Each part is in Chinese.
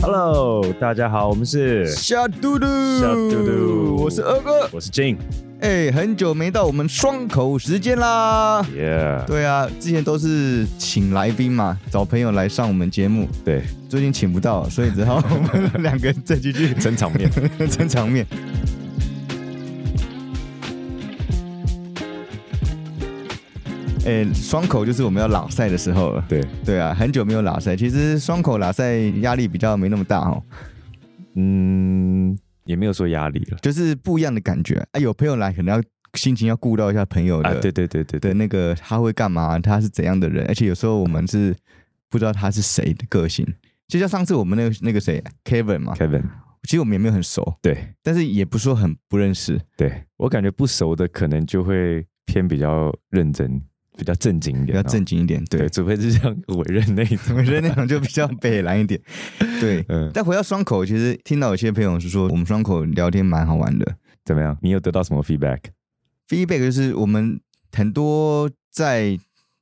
Hello，大家好，我们是小嘟嘟，小嘟嘟我是二哥。我是 Jane，哎、很久没到我们双口时间啦。 yeah，对啊，之前都是请来宾嘛，找朋友来上我们节目，对，最近请不到，所以只好我们两个人再继续 真 场面。撑场面。哎、双口就是我们要拉赛的时候了。对，对啊，很久没有拉赛，其实双口拉赛压力比较没那么大哦。嗯，也没有说压力了就是不一样的感觉。啊，有朋友来，可能要心情要顾到一下朋友的、啊，对对对对对，的那个他会干嘛，他是怎样的人，而且有时候我们是不知道他是谁的个性。就像上次我们那个那个谁 Kevin 嘛， Kevin，其实我们也没有很熟，对但是也不是说很不认识。对，我感觉不熟的可能就会偏比较认真，比较正经一比点较啊，正经一点，对，对，除非是像委任那一种，我觉得那种就比较北蓝一点，对。 嗯，但回到双口，其实听到有些朋友是说，我们双口聊天蛮好玩的。 怎么样？你有得到什么 feedback？ feedback 就是我们很多在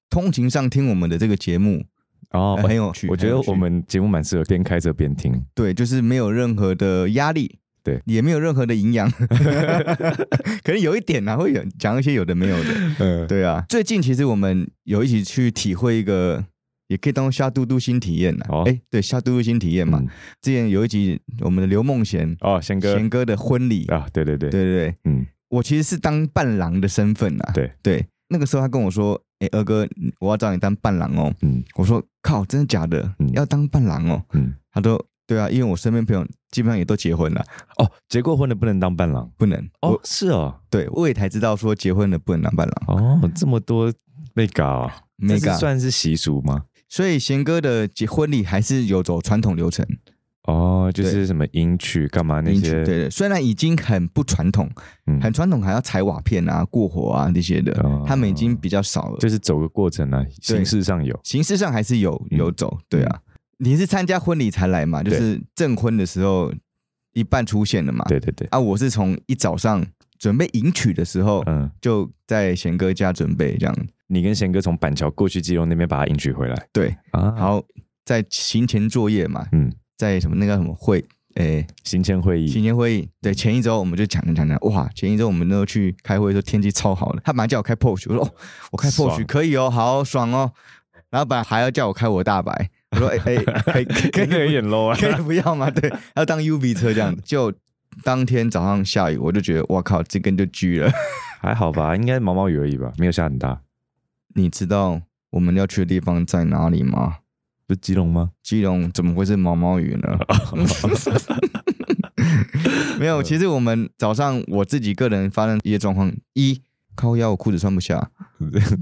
通勤上听我们的这个节目，哦呃很有趣。我觉很得有趣我们节目蛮适合边开车边听，对，就是没有任何的压力，对，也没有任何的 营养， 可能有一点啊，会有讲一些有的没有 的，嗯，对啊。最近其实我们有一起去体会一个，也可以当虾嘟嘟新体验呐、哦哎、对，虾嘟嘟新体验嘛，嗯之前有一集我们的刘梦贤哦，贤哥贤哥的婚礼，啊，对对对，对对对，嗯，我其实是当伴郎的身份啊，对对。那个时候他跟我说：“哎、二哥，我要找你当伴郎哦。”嗯我说：“靠，真的假的？嗯要当伴郎哦？”嗯，他都对啊，因为我身边朋友基本上也都结婚了，哦，结过婚的不能当伴郎不能。哦我，是哦，对我也才知道说结婚的不能当伴郎，哦，这么多被搞，啊 没这是干。算是习俗吗？所以贤哥的结婚礼还是有走传统流程，哦，就对是什么迎娶干嘛那迎娶些，对对，虽然已经很不传统，嗯很传统还要踩瓦片啊、过火啊那些的，哦他们已经比较少了。就是走个过程啊，形式上有，形式上还是有嗯有走，对啊。你是参加婚礼才来嘛？就对是证婚的时候一半出现了嘛？对对对，啊，我是从一早上准备迎娶的时候，嗯，就在贤哥家准备这样，你跟贤哥从板桥过去基隆那边把他迎娶回来对，啊，然，后在行前作业嘛，嗯，在什么那个什么会，诶、行前会议行前会议，对，前一周我们就讲讲讲讲，哇，前一周我们都去开会的时候天气超好的，他本来叫我开 POS，我说哦，我开爽 POS 可以哦，好爽哦，然后本来还要叫我开我大白，我说哎哎、可以可以可可能有以点 low 啊， 可以不要吗？对，要当 UV 车这样子，就当天早上下雨，我就觉得哇靠，这根就狙了。 还好吧，应该毛毛雨而已吧，没有下很大，你知道我们要去的地方在哪里吗？不是基隆吗？ 基隆怎么会是毛毛雨呢？嗯没有，其实我们早上我自己个人发生一些状况：一，靠腰我裤子穿不下，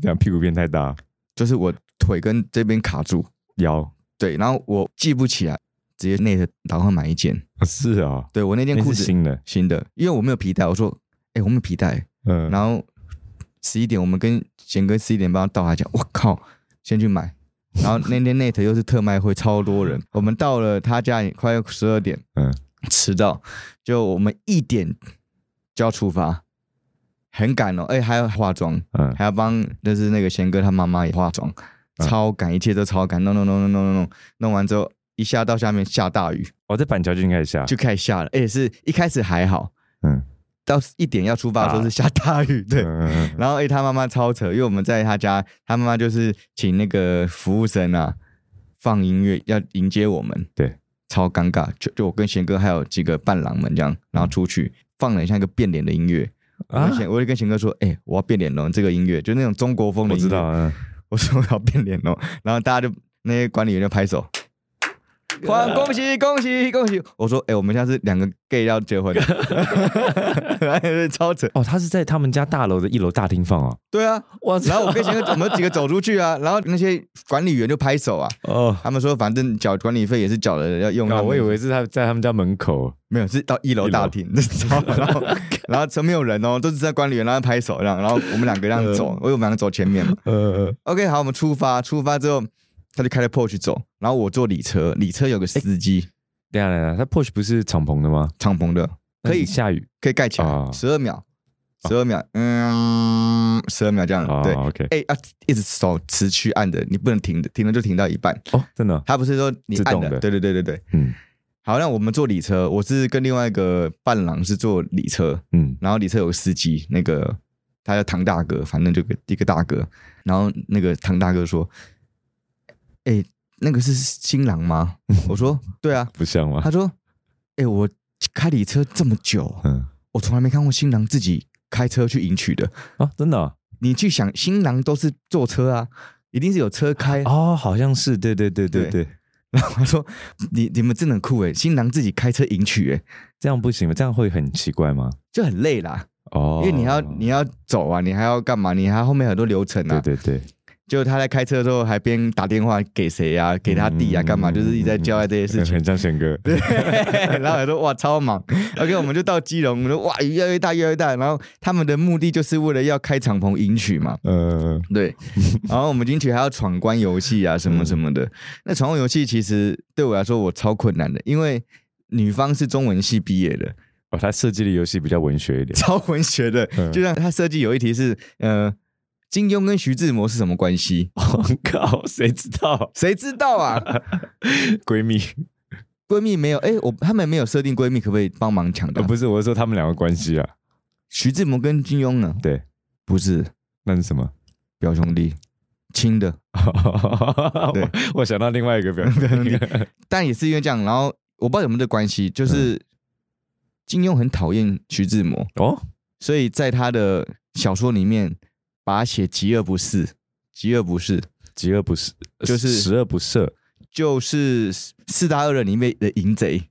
这样屁股变太大，就是我腿跟这边卡住， 腰对，然后我系不起来，直接内的然后买一件。是啊，对我那件那裤是子新的，新的，因为我没有皮带，我说，哎、我没有皮带。嗯，然后十一点我们跟贤哥十一点半到他家，我靠，先 去买。然后那天 Net 又是特卖会，超多人。我们到了他家也快十二点，嗯，迟到，就我们一点就要出发，很赶哦。哎，还要化妆，嗯，还要帮就是那个贤哥他妈妈也化妆，嗯超赶，一切都超赶。弄弄弄弄弄弄弄，弄完之后一下到下面下大雨，我哦在板桥就应该下，就开始下了。而且是一开始还好，嗯，到一点要出发的时候是下大雨，对。嗯嗯嗯然后诶、他妈妈超扯，因为我们在他家，他妈妈就是请那个服务生啊放音乐，要迎接我们。对，超尴尬。就就我跟贤哥还有几个伴郎们这样，然后出去放了很像一个变脸的音乐。啊啊，，我就跟贤哥说，哎、我要变脸了，这个音乐就那种中国风的我音乐。知道，嗯，我啊说我要变脸了，然后大家就那些管理员就拍 手。哇！恭喜恭喜恭喜！我说，哎、我们现在是两个 gay 要结婚， 超扯。哦，他是在他们家大楼的一楼大厅放哦。对啊， 哇然后我跟贤哥我们几个走出去啊，然后那些管理员就拍手啊，哦，他们说反正缴管理费也是缴了，要用到、啊我以为是他在他们家门口，没有，是到一楼大 厅，然后然后然后车没有人哦，都是在管理员那边拍手这样，然后我们两个这样走，嗯我们两个走前面嘛。呃， OK，好，我们出发，出发之后他就开了 Porsche 走，然后我坐里哎车，里车有个司机，等一下等一下，他 Porsche 不是敞篷的吗？敞篷的，可那以你下雨可以盖起来哦，十二秒，啊十二秒，嗯，十二秒这样，哦对。 ，OK，哎、啊，一直手持续按的，你不能停的，停了就停到一半。哦，真的，它不是说你自按动的，的对对对对对。嗯，好，那我们坐里车，我是跟另外一个伴郎是坐里车，嗯，然后里车有个司机，那个他叫唐大哥，反正就个一个大哥。然后那个唐大哥说：“哎、那个是新郎吗？”嗯我说：“对啊。不像”吗他？说：“哎、我开里车这么久，嗯我从来没看过新郎自己开车去迎娶的。啊，真的啊你去想，新郎都是坐车啊，一定是有车开。哦，好像是，对对对对对对，然后他说：“你你们真的很酷哎，新郎自己开车迎娶哎，这样不行吗？这样会很奇怪吗？就很累啦。”哦，因为你要你要走啊，你还要干嘛？你还后面很多流程啊。对对对，就他在开车的时候还边打电话给谁啊，给他弟啊，嗯干嘛？嗯就是一直在交代这些 事情。很像贤哥，对，然后我说哇，超忙。OK，我们就到基隆，我们说哇，雨越来越大，越来越大。然后他们的目的就是为了要开敞篷迎娶嘛。呃， 对，然后我们进去还要闯关游戏啊，什么什么的。嗯那闯关游戏其实对我来说我超困难的，因为女方是中文系毕业的，哦，他设计的游戏比较文学一 点，超文学的，嗯就像他设计有一题是，呃，金庸跟徐志摩是什么关系？我 靠，谁知道谁知道啊？ 闺 蜜？闺蜜没有，哎、我他们没有设定闺蜜可不可以帮忙抢答？呃，不是，我是说他们两个关系啊，徐志摩跟金庸呢？对，不是那是什 么？表兄弟，亲的，对我我想到另外一个表弟，但也是因为这样，然后我不知道有没有这关系，就是、嗯金庸很讨厌徐志摩， 哦，所以在他的小说里面把他写极恶不赦，极恶不赦极恶不赦，就是十恶不赦，就是四大恶人里面的淫贼。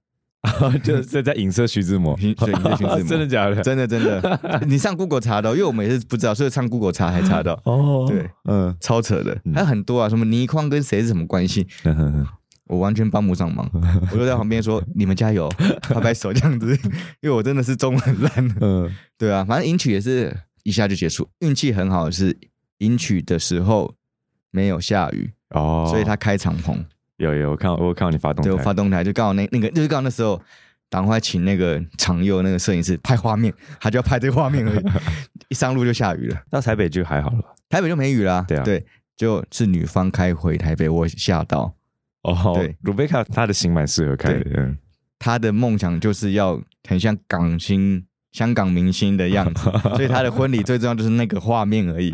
哦就是在影射徐志 摩，影对影射徐志摩真的假的？ 真的 真的，你上 Google 查到，因为我们也是不知道，所以上 Google 查才查到，哦，对，嗯， 超扯的。嗯还有很多啊，什么倪匡跟谁是什么关系，哼哼哼我完全帮不 上忙。我就在旁边说：“你们加油，拍拍手这样子。”因为我真的是中文很烂的。嗯，对啊，反正迎娶也是一下就结束，运气很好是迎娶的时候没有下雨，哦，所以他开敞篷，有有，我看我有看到你发动对我态，发动台就刚好那那个就是刚好那时候。赶快请那个常佑那个摄影师拍画面，他就要拍这个画面而 已。一上路就下雨了，到台北就还好了。台北就没雨啦、对啊就是女方开回台北，我吓到。哦，对，鲁贝卡她的型蛮适合开的，嗯，她的梦想就是要很像港星、香港明星的样 子，所以她的婚礼最重要就是那个画面而已。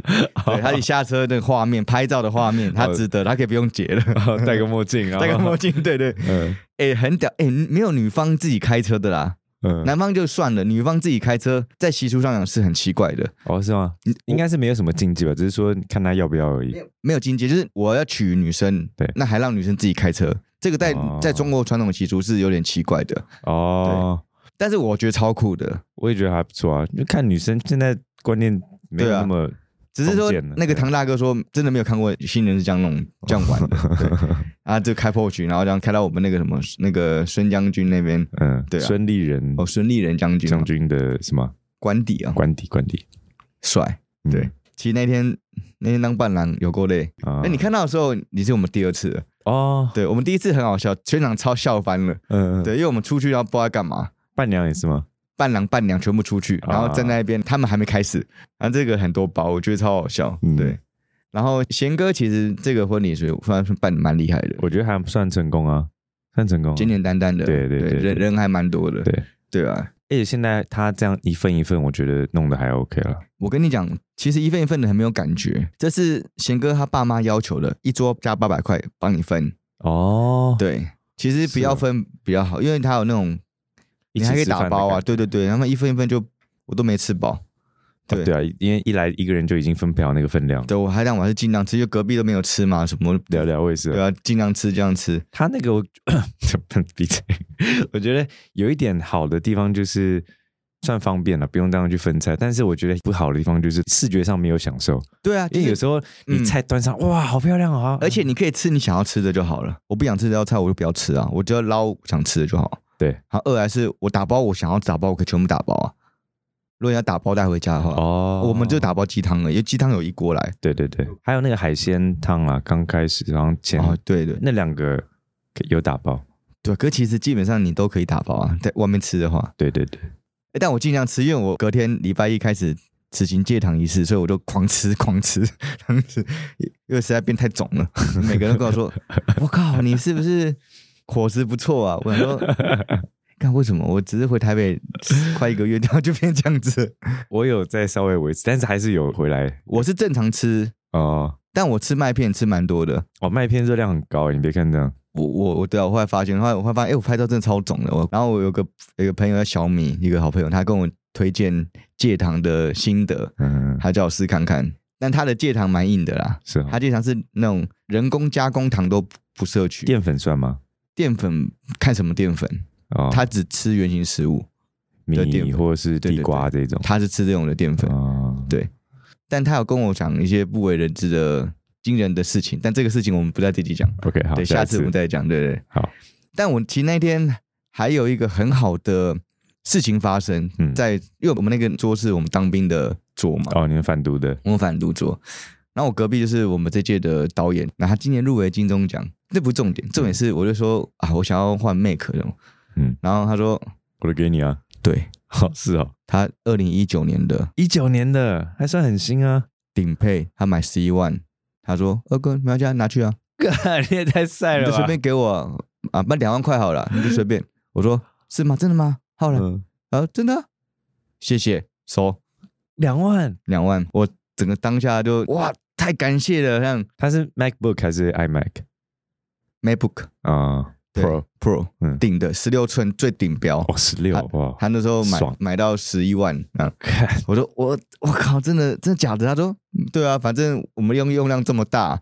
对，她一下车的画面、拍照的 画面，她值得，她可以不用结了，然后 戴个墨镜，然后戴个墨镜。对对，嗯哎、很屌，哎、没有女方自己开车的啦，嗯，男方就算了，女方自己开车在习俗上讲是很奇怪的。哦是吗？应该是没有什么禁忌吧，只是说看他要不要而已。没有境界，就是我要娶女生，对那还让女生自己开车，这个在、哦在中国传统习俗是有点奇怪的，哦，但是我觉得超酷的。我也觉得还不错啊，就看女生现在观念没有对啊那么只是说封建了那个对哦唐大哥说，真的没有看过新人是这样弄、这样玩 的，对啊，就开破局，然后这样开到我们那个什么那个孙将军那边，嗯，对啊孙立人哦，孙立人将军嘛，将军的什么官邸啊，官邸官邸，帅。嗯对，其实那天那天当伴郎有够累，哎啊那、你看到的时候，你是我们第二次了，哦，对我们第一次很好笑，全场超笑翻了，嗯，嗯对，因为我们出去然后不知道干嘛，伴娘也是吗？伴郎伴娘全部出去，啊然后站在那边，他们还没开始，然后这个很多包，我觉得超好笑，嗯对。然后贤哥其实这个婚礼是算是办的蛮厉害的，我觉得还算成功啊，算成功啊。简简单单的，对对对人对人还蛮多的，对，对啊。而且现在他这样一份一份，我觉得弄得还 OK 了。我跟你讲，其实一份一份的很没有感觉，这是贤哥他爸妈要求的，一桌加八百块帮你分，哦，对。其实不是要哦分比较好，因为他有那种一你起还可以吃饭打的包啊，感觉对对对，他们一份一份就我都没吃饱，对哦对啊，因为一来一个人就已经分配好那个分量。对我还让我还是尽量吃，因为隔壁都没有吃嘛，什么聊聊我也是啊对，啊，尽量吃，这样吃。他那个我 闭嘴，我觉得有一点好的地方就是算方便了，不用这样去分菜。但是我觉得不好的地方就是视觉上没有享受，对啊，因为有就是时候你嗯菜端上，哇，好漂亮啊！而且你可以吃你想要吃的就好了。我不想吃这道菜，我就不要吃啊，我只要捞我想吃的就好。对，好，二来是我打包我想要打包，我可以全部打包啊。如果你要打包带回家的话，哦，我们就打包鸡汤了，因为鸡汤有一锅来。对对对，还有那个海鲜汤啊，刚开始然后前、哦，对对那两个有打包，对，可其实基本上你都可以打包啊，在外面吃的话。对对对，诶但我尽量吃，因为我隔天礼拜一开始执行戒糖仪式，所以我就狂吃狂吃， 这样子，因为实在变太肿了。每个人都跟我说：“我靠，你是不是伙食不错啊。我想说，看为什么？我只是回台北快一个月，然后就 变这样子。我有在稍微维持，但是还是有回来我是正常吃，哦。但我吃麦片吃蛮多的。哦，麦片热量很高，你别看这样，我我我对啊，我后来发现，后来我后来发现，哎、我拍照真的超肿的。我然后我有个有个朋友叫小米，一个好朋友，他跟我推荐戒糖的心得，嗯，他叫我试看看。但他的戒糖蛮硬的啦，是哦他。戒糖是那种人工加工糖都不不摄取，淀淀粉算吗？淀粉看什么淀粉，哦，他只吃原型食物，的淀米粉或者是对对地瓜这种，他是吃这种的淀粉。哦，对但他有跟我讲一些不为人知的惊人的事情，但这个事情我们不在这集讲， ，OK，好，对，下下次我们再讲，对对。对好，但我其实那天还有一个很好的事情发生嗯在，因为我们那个桌是我们当兵的桌嘛，哦，你们贩毒的，我们反毒桌。然后我隔壁就是我们这届的导演，那他今年入围金钟奖，这不是重点，重点是我就说啊，我想要换 Make 这种，嗯嗯，然后他说我都给你啊， 对好是哦，他二零一九年的一九年的还算很新啊，顶配，他买十一万，他说二哥没关系啊，拿去啊， 你也太晒你了就吧，随便给我啊，那两万块好了，你就随便。我说是吗？真的吗？好了，嗯，啊，真的啊，谢谢，收两万，两万。我整个当下就哇，太感谢了，像它是 MacBook 还是 iMac MacBook 啊对？Pro Pro 嗯顶的十六寸最顶标，哦，十六哇，他那时候买爽嗯买到十一万啊。看我说我我靠，真的真的假的？他说嗯对啊，反正我们用用量这么大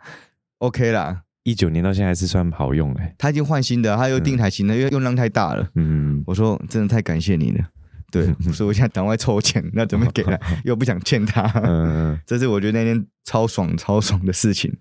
，OK 啦。 一九年到现在还是算好用哎，他已经换新的，他又订台新的，因为用量太大了。 嗯，我说真的太感谢你了，对，所以我现在赶快抽钱， 那准备给他，又不想欠他。嗯，这是我觉得那天超爽超爽的事情。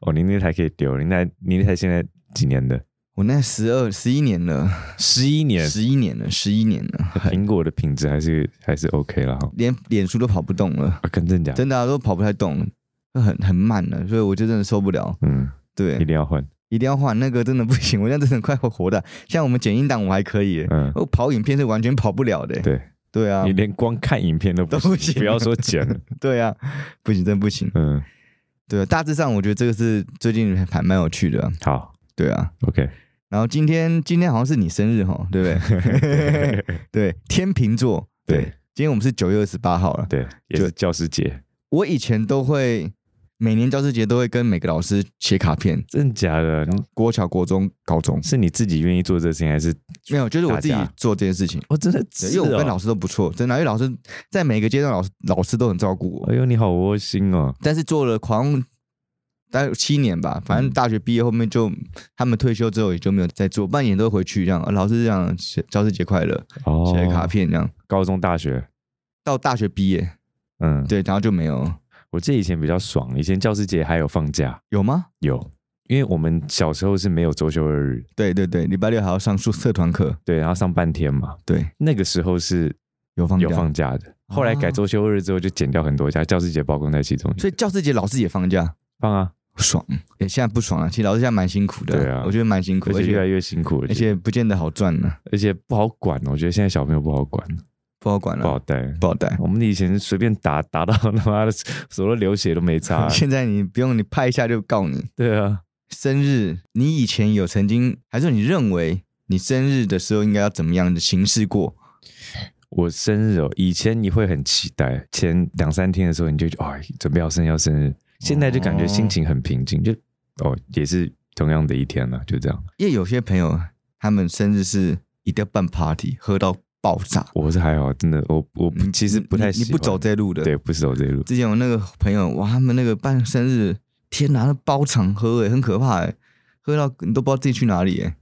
哦，您那台可以丢，您那您那台现在几年的？我那十二十一年了，十一年，十一年了，十一年了， 苹果的品质还是还是 OK 了哈，连脸书都跑不动了，啊，跟真假，真的、啊、都跑不太动，很很慢了，所以我就真的受不了。嗯，一对，定要换，一定要换那个，真的不行， 我现在真的快活活的。像我们剪音档我还可以，嗯，我跑影片是完全跑不了的。对。对啊你，连光看影片都不都不行不要说剪 了。对啊，不行，真不行。嗯，对、啊，大致上我觉得这个是最近还蛮有趣的啊、好对啊， ，OK，然后今天今天好像是你生日哈，对不 对？对，天秤座。对，今天我们是九月二十八号了。对，也是教师节，我以前都会每年教师节都会跟每个老师写卡片，真的假的？你国小、国中、高中是你自己愿意做这事情，还是没有，就是我自己大家做这件事情。我真的是对啊哦因为我跟老师，师都不错，真的，啊因为老师在每个阶段，老师老师都很照顾我。哎呦，你好窝心哦。但是做了狂大概有七年吧，反嗯正大学毕业后面就他们退休之后也就没有再做，半年都回去这样。呃老师这样写教师节快乐，哦，写卡，片这样。高中、大学，到大学毕业，嗯，对，然后就没有，我记得以前比较爽，以前教师节还有放假，有吗？有，因为我们小时候是没有周休二日，对对对，礼拜六还要上数社团课，对，然后上半天嘛，对，那个时候是有放假哦有放假的。后来改周休二日之后，就减掉很多假，教师节包括在其中。所以教师节老师也放假，放啊，爽。也现在不爽了、啊其实老师现在蛮辛苦的，对啊我觉得蛮辛苦，而而且越来且越辛苦，而且不见得好赚呢、而且不好管，哦我觉得现在小朋友不好管，不好管不了、好带。不好带。。我们以前随便打打到他妈的手都流血都没擦 现在你不用你拍一下就告你对啊，生日，你以前有曾经，还是你认为你生日的时候应该要怎么样的形式过？我生日哦，以前你会很期待，前两三天的时候你就觉得哎，准备要生日要生日，现在就感觉心情很平静，就哦也是同样的一天了，就这样。因为有些朋友他们生日是一定要办 party，喝到爆炸。我是还好，真的，我我不你嗯其实不太你你喜欢不走这路的，对，不是走这一路。之前我那个朋友，哇，他们那个办生日，天哪，那包场喝欸诶、很可怕诶、喝到你都不知道自己去哪里诶、欸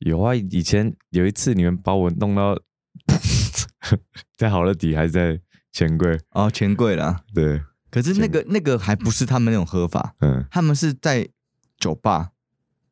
有啊，以前有一次你们把我弄到 在好乐迪还是在钱柜，哦，钱柜啦。对，可是那个那个还不是他们那种喝法，嗯，他们是在酒吧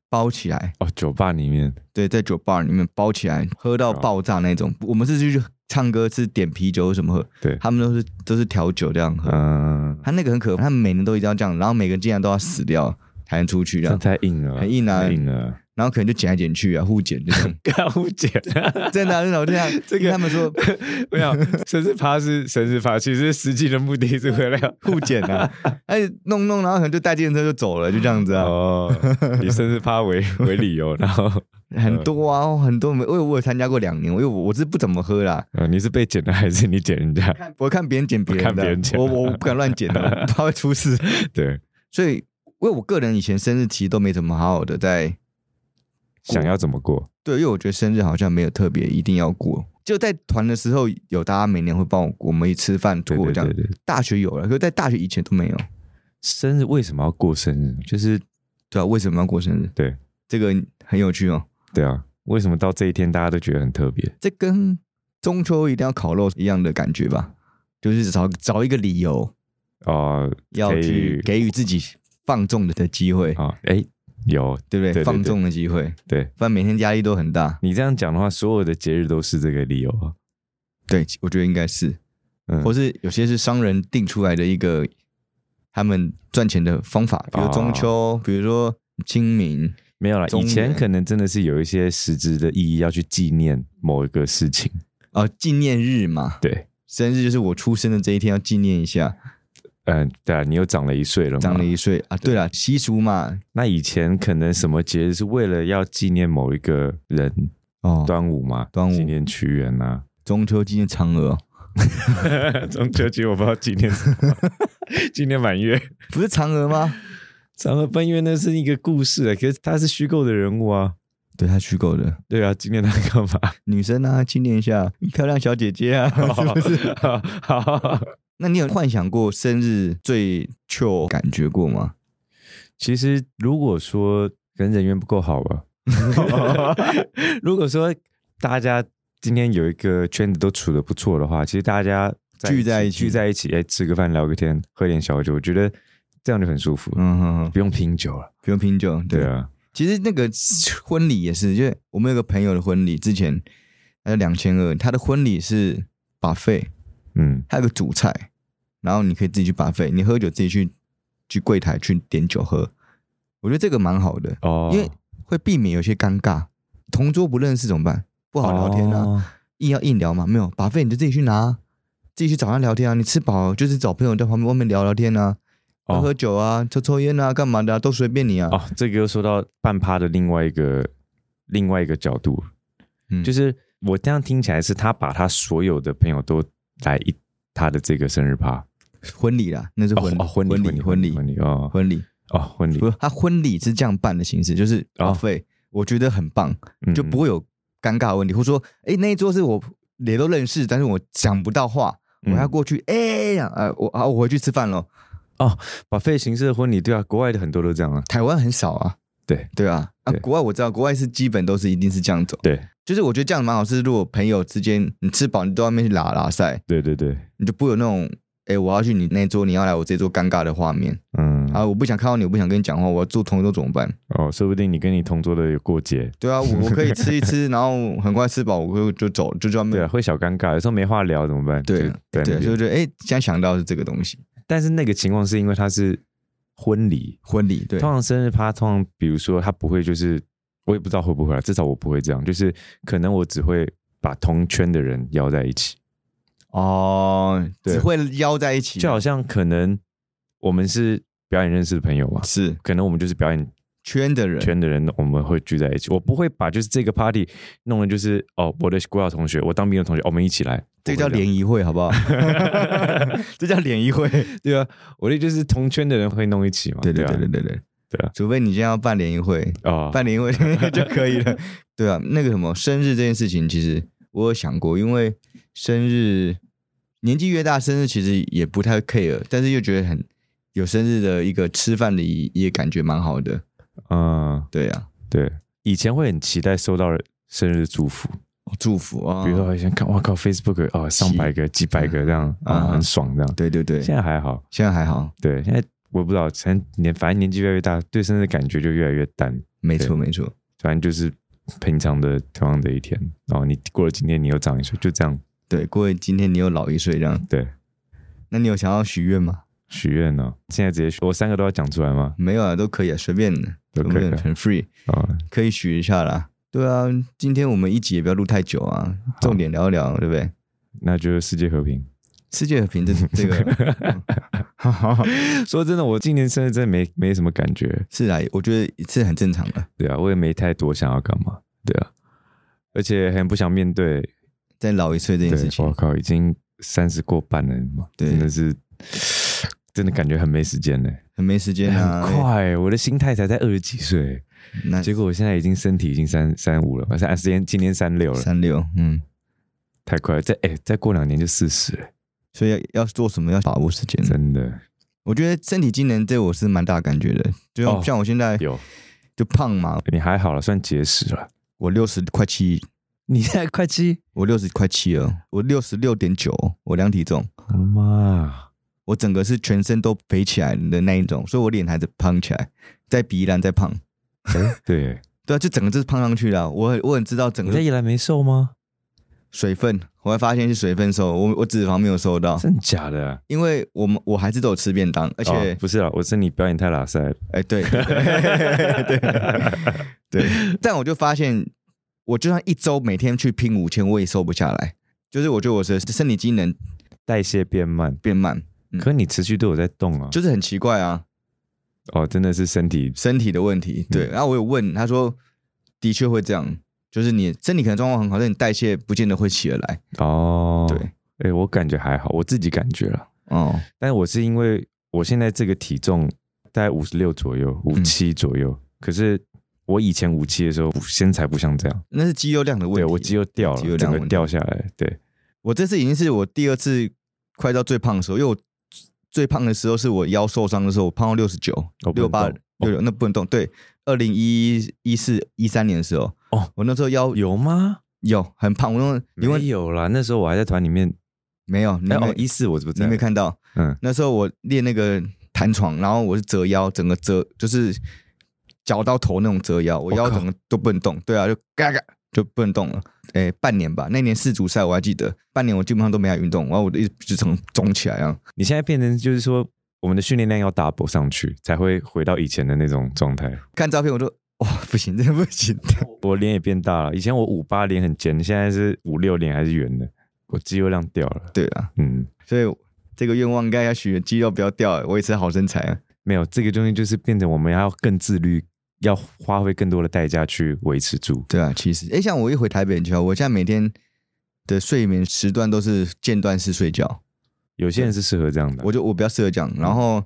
包起来，哦，酒吧里面，对，在酒吧里面包起来喝到爆炸那种。我们是去唱歌是点啤酒什么喝，对他们都是都是调酒这样喝。嗯，他那个很可怕，他们每年都一定要这样，然后每个人竟然都要死掉才能出去这这样，太硬了，很硬啊太硬 了，。然后可能就捡来捡去啊，互捡这种干不剪。真的啊、真的啊，我就这样。 这个因为他们说 没有，生日趴是生日趴，其实实际的目的是为了互剪啊， 哎，弄啊哦弄，然后可能就带计程车就走了，就这样子啊。哦，以生日趴为为理由，然后很多啊，很多没，因为我有参加过两年，因为我我是不怎么喝啦，呃，你是被剪的还是你剪人 家？我看别人剪别人看别的人，剪我我我不敢乱剪 的，怕会出事。对，所以，因为我个人以前生日其实都没怎么好好的在想要怎么过？对，因为我觉得生日好像没有特别一定要过，就在团的时候有大家每年会帮我我们一起吃饭对过对这样对，对，大学有了，可是在大学以前都没有。生日为什么要过生日？就是对啊，为什么要过生日？对，这个很有趣哦。对啊，为什么到这一天大家都觉得很特别？这跟中秋一定要烤肉一样的感觉吧？就是找找一个理由哦、要去给给予自己放纵的机会，啊，哎、有对不对对？对放纵的机会，对不然每天压力都很大。你这样讲的话，所有的节日都是这个理由啊。对，我觉得应该是，嗯或是有些是商人定出来的一个他们赚钱的方哦法，比如中秋，比如说清明，没有啦，中以原前可能真的是有一些实质的意义要去纪念某一个事情，呃，纪念日嘛，对，生日就是我出生的这一天要纪念一下，嗯、对啊，你又长了一岁了嘛，长了一嗯岁啊。对了，习俗嘛，那以前可能什么节日是为了要纪念某一个人，哦，端午嘛，端午纪念屈原啊，中秋纪念嫦娥， 中秋节我不知道纪念什 么，纪念满月。不是嫦 娥吗？嫦娥奔月那是一个故事、啊可是他是虚构的人物啊。对，他虚构的对啊，纪念他干嘛？ 女生啊，纪念一下漂亮小姐姐啊，是不是？ 好好那你有幻想过生日最 chill 感觉过吗？其实如果说人人缘不够好 吧，如果说大家今天有一个圈子都处的不错的话，其实大家聚在一一起聚在一起，哎，吃个饭，聊个天，喝点小酒，我觉得这样就很舒服，嗯哼哼，不用拼酒了。不用拼酒，对对啊，其实那个婚礼也是，就是我们有个朋友的婚礼，之前他就两千二，他的婚礼是把费，嗯，他有个主菜，然后你可以自己去把费，你喝酒自己去去柜台去点酒喝，我觉得这个蛮好的，哦，因为会避免有些尴尬，同桌不认识怎么办？不好聊天啊，哦硬要硬聊嘛，没有把费你就自己去拿，自己去找他聊天啊，你吃饱就是找朋友在旁边外面聊聊天啊，喝哦喝酒啊，抽抽烟啊，干嘛的啊、都随便你啊，哦，这个又说到半趴的另外一个另外一个角度，嗯就是我这样听起来是他把他所有的朋友都来一他的这个生日趴，婚礼啦，那是哦婚礼，哦婚婚礼婚礼，婚礼哦婚礼，哦婚礼不，是他婚礼是这样办的形式，就是哦花费，我觉得很棒，嗯就不会有尴尬的问题，或者说，哎，那一桌是我也都认识，但是我讲不到话，我嗯要过去，哎，呃，我啊，我回去吃饭喽。把费形式的婚礼，对啊，国外的很多都这样啊，台湾很少啊，对对啊，啊，对国外我知道，国外是基本都是一定是这样走，对就是我觉得这样蛮好，是如果朋友之间你吃饱，你到外面去拉拉赛，对对对，你就不会有那种。哎、我要去你那桌，你要来我这桌，尴尬的画面嗯，啊！我不想看到你，我不想跟你讲话，我要做同桌怎么办？哦，说不定你跟你同桌的有过节，对啊，我我可以吃一 吃，然后很快吃饱，我就就走，就专门对啊，会小尴尬，有时候没话聊怎么办？对啊就在对，那所以边我觉得哎，诶现在想到是这个东西，但是那个情况是因为他是婚礼，婚礼对通常生日趴，通常比如说他不会就是，我也不知道会不会啊，至少我不会这样，就是可能我只会把同圈的人邀在一起，哦，对只会邀在一起，就好像可能我们是表演认识的朋友嘛，是可能我们就是表演圈的人，圈的人，我们会聚在一起。我不会把就是这个 party 弄的，就是哦，我的国小同学，我当兵的同学，哦我们一起来，这个叫不会样。联谊会，好 不 好？这叫联谊会，对啊，我的就是同圈的人会弄一起嘛。对对啊对对对对对啊除非你现在要办联谊会，哦，办联谊会 就可以了。对啊，那个什么生日这件事情，其实我有想过，因为生日年纪越大，生日其实也不太 care，但是又觉得很有生日的一个吃饭的仪也感觉蛮好的。嗯，对啊，对，以前会很期待收到生日哦祝福，祝福啊、比如说我以前看，哇靠，Facebook 哦，上百个、几百个这样，啊啊，很爽这样。对对对，现在还好，现在还好，对，现在我不知道，成年反正年纪越来越大，对生日感觉就越来越淡，没错没错。反正就是平常的同样的一天，然后你过了今天，你又长一岁，就这样。对，过了今天你又老一岁这样，对，那你有想要许愿吗？许愿呢，现在直接许我三个都要讲出来吗？没有啊，都可以啊，随便的，都可以啊随便很 free，啊，可以许一下啦。对啊，今天我们一集也不要录太久啊，重点聊一聊，对不对？那就是世界和平。 世界和平这这个说真的，我今年生日真的没没什么感觉，是啊，我觉得是很正常的。对啊，我也没太多想要干嘛，对啊，而且很不想面对，再老一岁这件对事，情我，靠，已经三十过半了嘛，对真的是，真的感觉很没时间呢、很没时间啊。很快、我的心态才在二十几岁，那结果我现在已经身体已经三三五了，三啊今天今天三六了，三六，嗯，太快了，再哎、再过两年就四十了，所以要要做什么要把握时间。真的我觉得身体机能对我是蛮大感觉的，就像哦像我现在有，就胖嘛，你还好了，算节食了，我六十快七，你现在快七，我六十快七了，我六十六点九，我量体重，我的妈，我整个是全身都肥起来的那一种，所以我脸还是胖起来，再比依然再胖，哎、对，对啊，就整个就是胖上去了。啊我很我很知道 整你在个宜兰没瘦吗？水分，我还发现是水分瘦，我我脂肪没有瘦到，真的假的啊、因为我们我还是都有吃便当，而且哎、哦不是啊，我是你表演太拉塞了，对 对对，但我就发现，我就算一周每天去拼五千，我也瘦不下来，就是我觉得我的身体机能代谢变慢，变慢，嗯可你持续都有在动啊，就是很奇怪啊。哦，真的是身体身体的问题。嗯对，然后我有问，他说的确会这样，就是你身体可能状况很好，但你代谢不见得会起得来。哦，对，哎、我感觉还好，我自己感觉了，哦，但我是因为我现在这个体重大概五十六左右，嗯五七左右，可是我以前五七的时候身材不像这样，那是肌肉量的问题。对我肌肉掉肌肉了，量整问个题掉下来，对，我这次已经是我第二次快到最胖的时候，因为我最胖的时候是我腰受伤的时候，我胖到六十九、哦不六能八、动六九，那不能动。对，二零一一四一三年的时候，哦，我那时候腰有吗？有很胖，我那因因为为有啦，那时候我还在团里面，没有，你哎没哦，一四我怎么你在没？看到？嗯，那时候我练那个弹床，然后我是折腰，整个折就是脚到头那种折腰，我腰我靠整个都不能动。对啊，就嘎嘎就不能动了。诶，半年吧，那年世足赛我还记得，半年我基本上都没来运动，然后我就一直从肿起来啊。你现在变成就是说，我们的训练量要 double 上去，才会回到以前的那种状态。看照片我就哇、不行，真的不行。我脸也变大了，以前我五八脸很尖，现在是五六脸还是圆的，我肌肉量掉了。对啊，嗯，所以这个愿望应该要许肌肉不要掉、维持好身材啊。没有这个东西，就是变成我们要更自律，要花费更多的代价去维持住。对啊，其实诶，像我一回台北之后，我现在每天的睡眠时段都是间断式睡觉。有些人是适合这样的，我就我比较适合讲，然后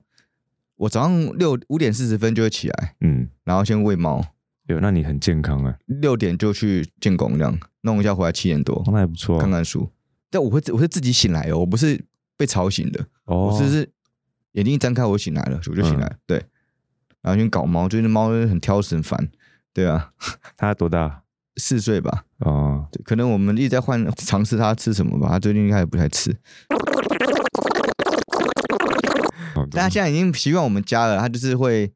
我早上六五点四十分就会起来，嗯，然后先喂猫，有，那你很健康啊，六点就去建工这样弄一下，回来七点多哦那还不错啊、看看书。但我会自我是自己醒来哦，我不是被吵醒的，哦，嗯我是是眼睛一张开我就醒来了，我就醒来了，对。然后先搞猫，就是猫很挑食，很烦，对啊，他多大？四岁吧，哦，对，可能我们一直在换尝试它吃什么吧，它最近开始不太吃，好但他的现在已经习惯我们家了，他就是会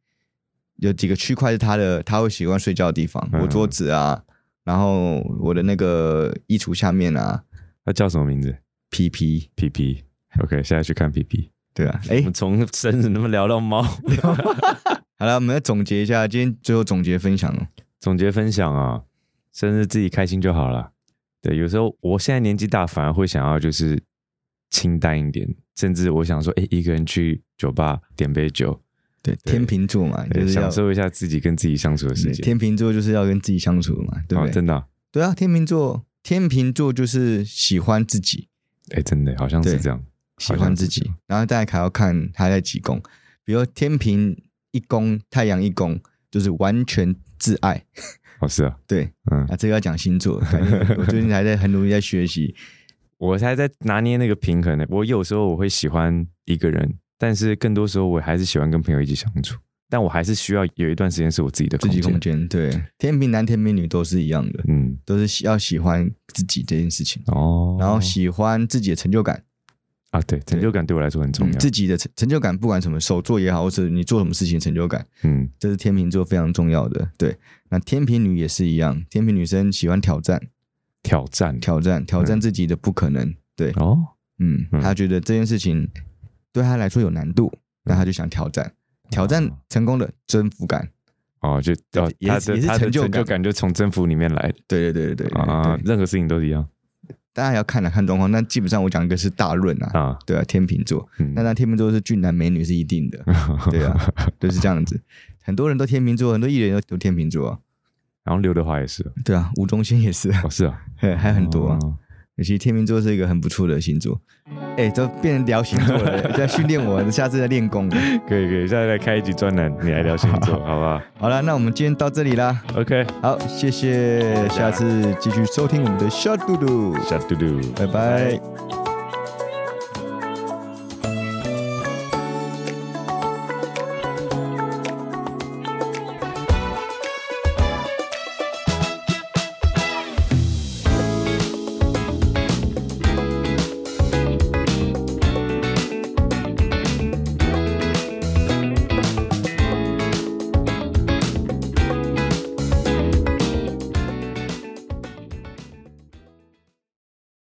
有几个区块是他的，他会习惯睡觉的地方，嗯我桌子啊，然后我的那个衣橱下面啊他叫什么名字，P P，皮皮 OK，现在去看皮皮。对啊，我哎，们从生日那么聊到猫，好了，我们要总结一下，今天最后总结分享哦，总结分享啊，生日自己开心就好了。对，有时候我现在年纪大，反而会想要就是清淡一点，甚至我想说，哎，一个人去酒吧点杯酒，对，对天秤座嘛，就是要享受一下自己跟自己相处的时对间。天秤座就是要跟自己相处嘛，对不哦，对？真的啊、对啊，天秤座，天秤座就是喜欢自己，哎、真的好像是对这样。喜欢自己，然后大家还要看他在几宫，比如天平一宫，太阳一宫，就是完全自爱。哦，是啊，对，嗯，啊，这个要讲星座，感觉 我最近还在很努力在学习。我还在拿捏那个平衡呢。我有时候我会喜欢一个人，但是更多时候我还是喜欢跟朋友一起相处。但我还是需要有一段时间是我自己的自空己空间。间，对，天秤男、天秤女都是一样的，嗯，都是喜要喜欢自己这件事情，哦，然后喜欢自己的成就感，啊，对，成就感对我来说很重嗯要。自己的成成就感，不管什么手作也好，或是你做什么事情的成就感，嗯，这是天秤座非常重要的。对，那天秤女也是一样，天秤女生喜欢挑战，挑战挑战，挑战自己的不可能。对，哦，嗯，嗯她觉得这件事情对她来说有难度，那她就想挑战，挑战哦成功的征服感。哦，就对哦，也他是的也是他的成就成就感感就从征服里面来的对对对对对啊啊，！任何事情都是一样大家要看来看状况。那基本上我讲一个是大论啊，啊。对啊，天秤座，嗯那那天秤座是俊男美女是一 定的，对啊，就是这样子。很多人都天秤座，很多艺人都都天秤座啊，然后刘德华也是，对啊，吴宗宪也是， 哦是啊，嘿还很多啊。哦尤其天秤座是一个很不错的星座，哎，都变成聊星座 了，在训练我，下次再练功。可以可以，下次来开一集专栏，你来聊星 座，好不好好了，那我们今天到这里啦， ？OK，好，谢谢，下次继续收听我们的小嘟嘟，小嘟嘟。拜拜。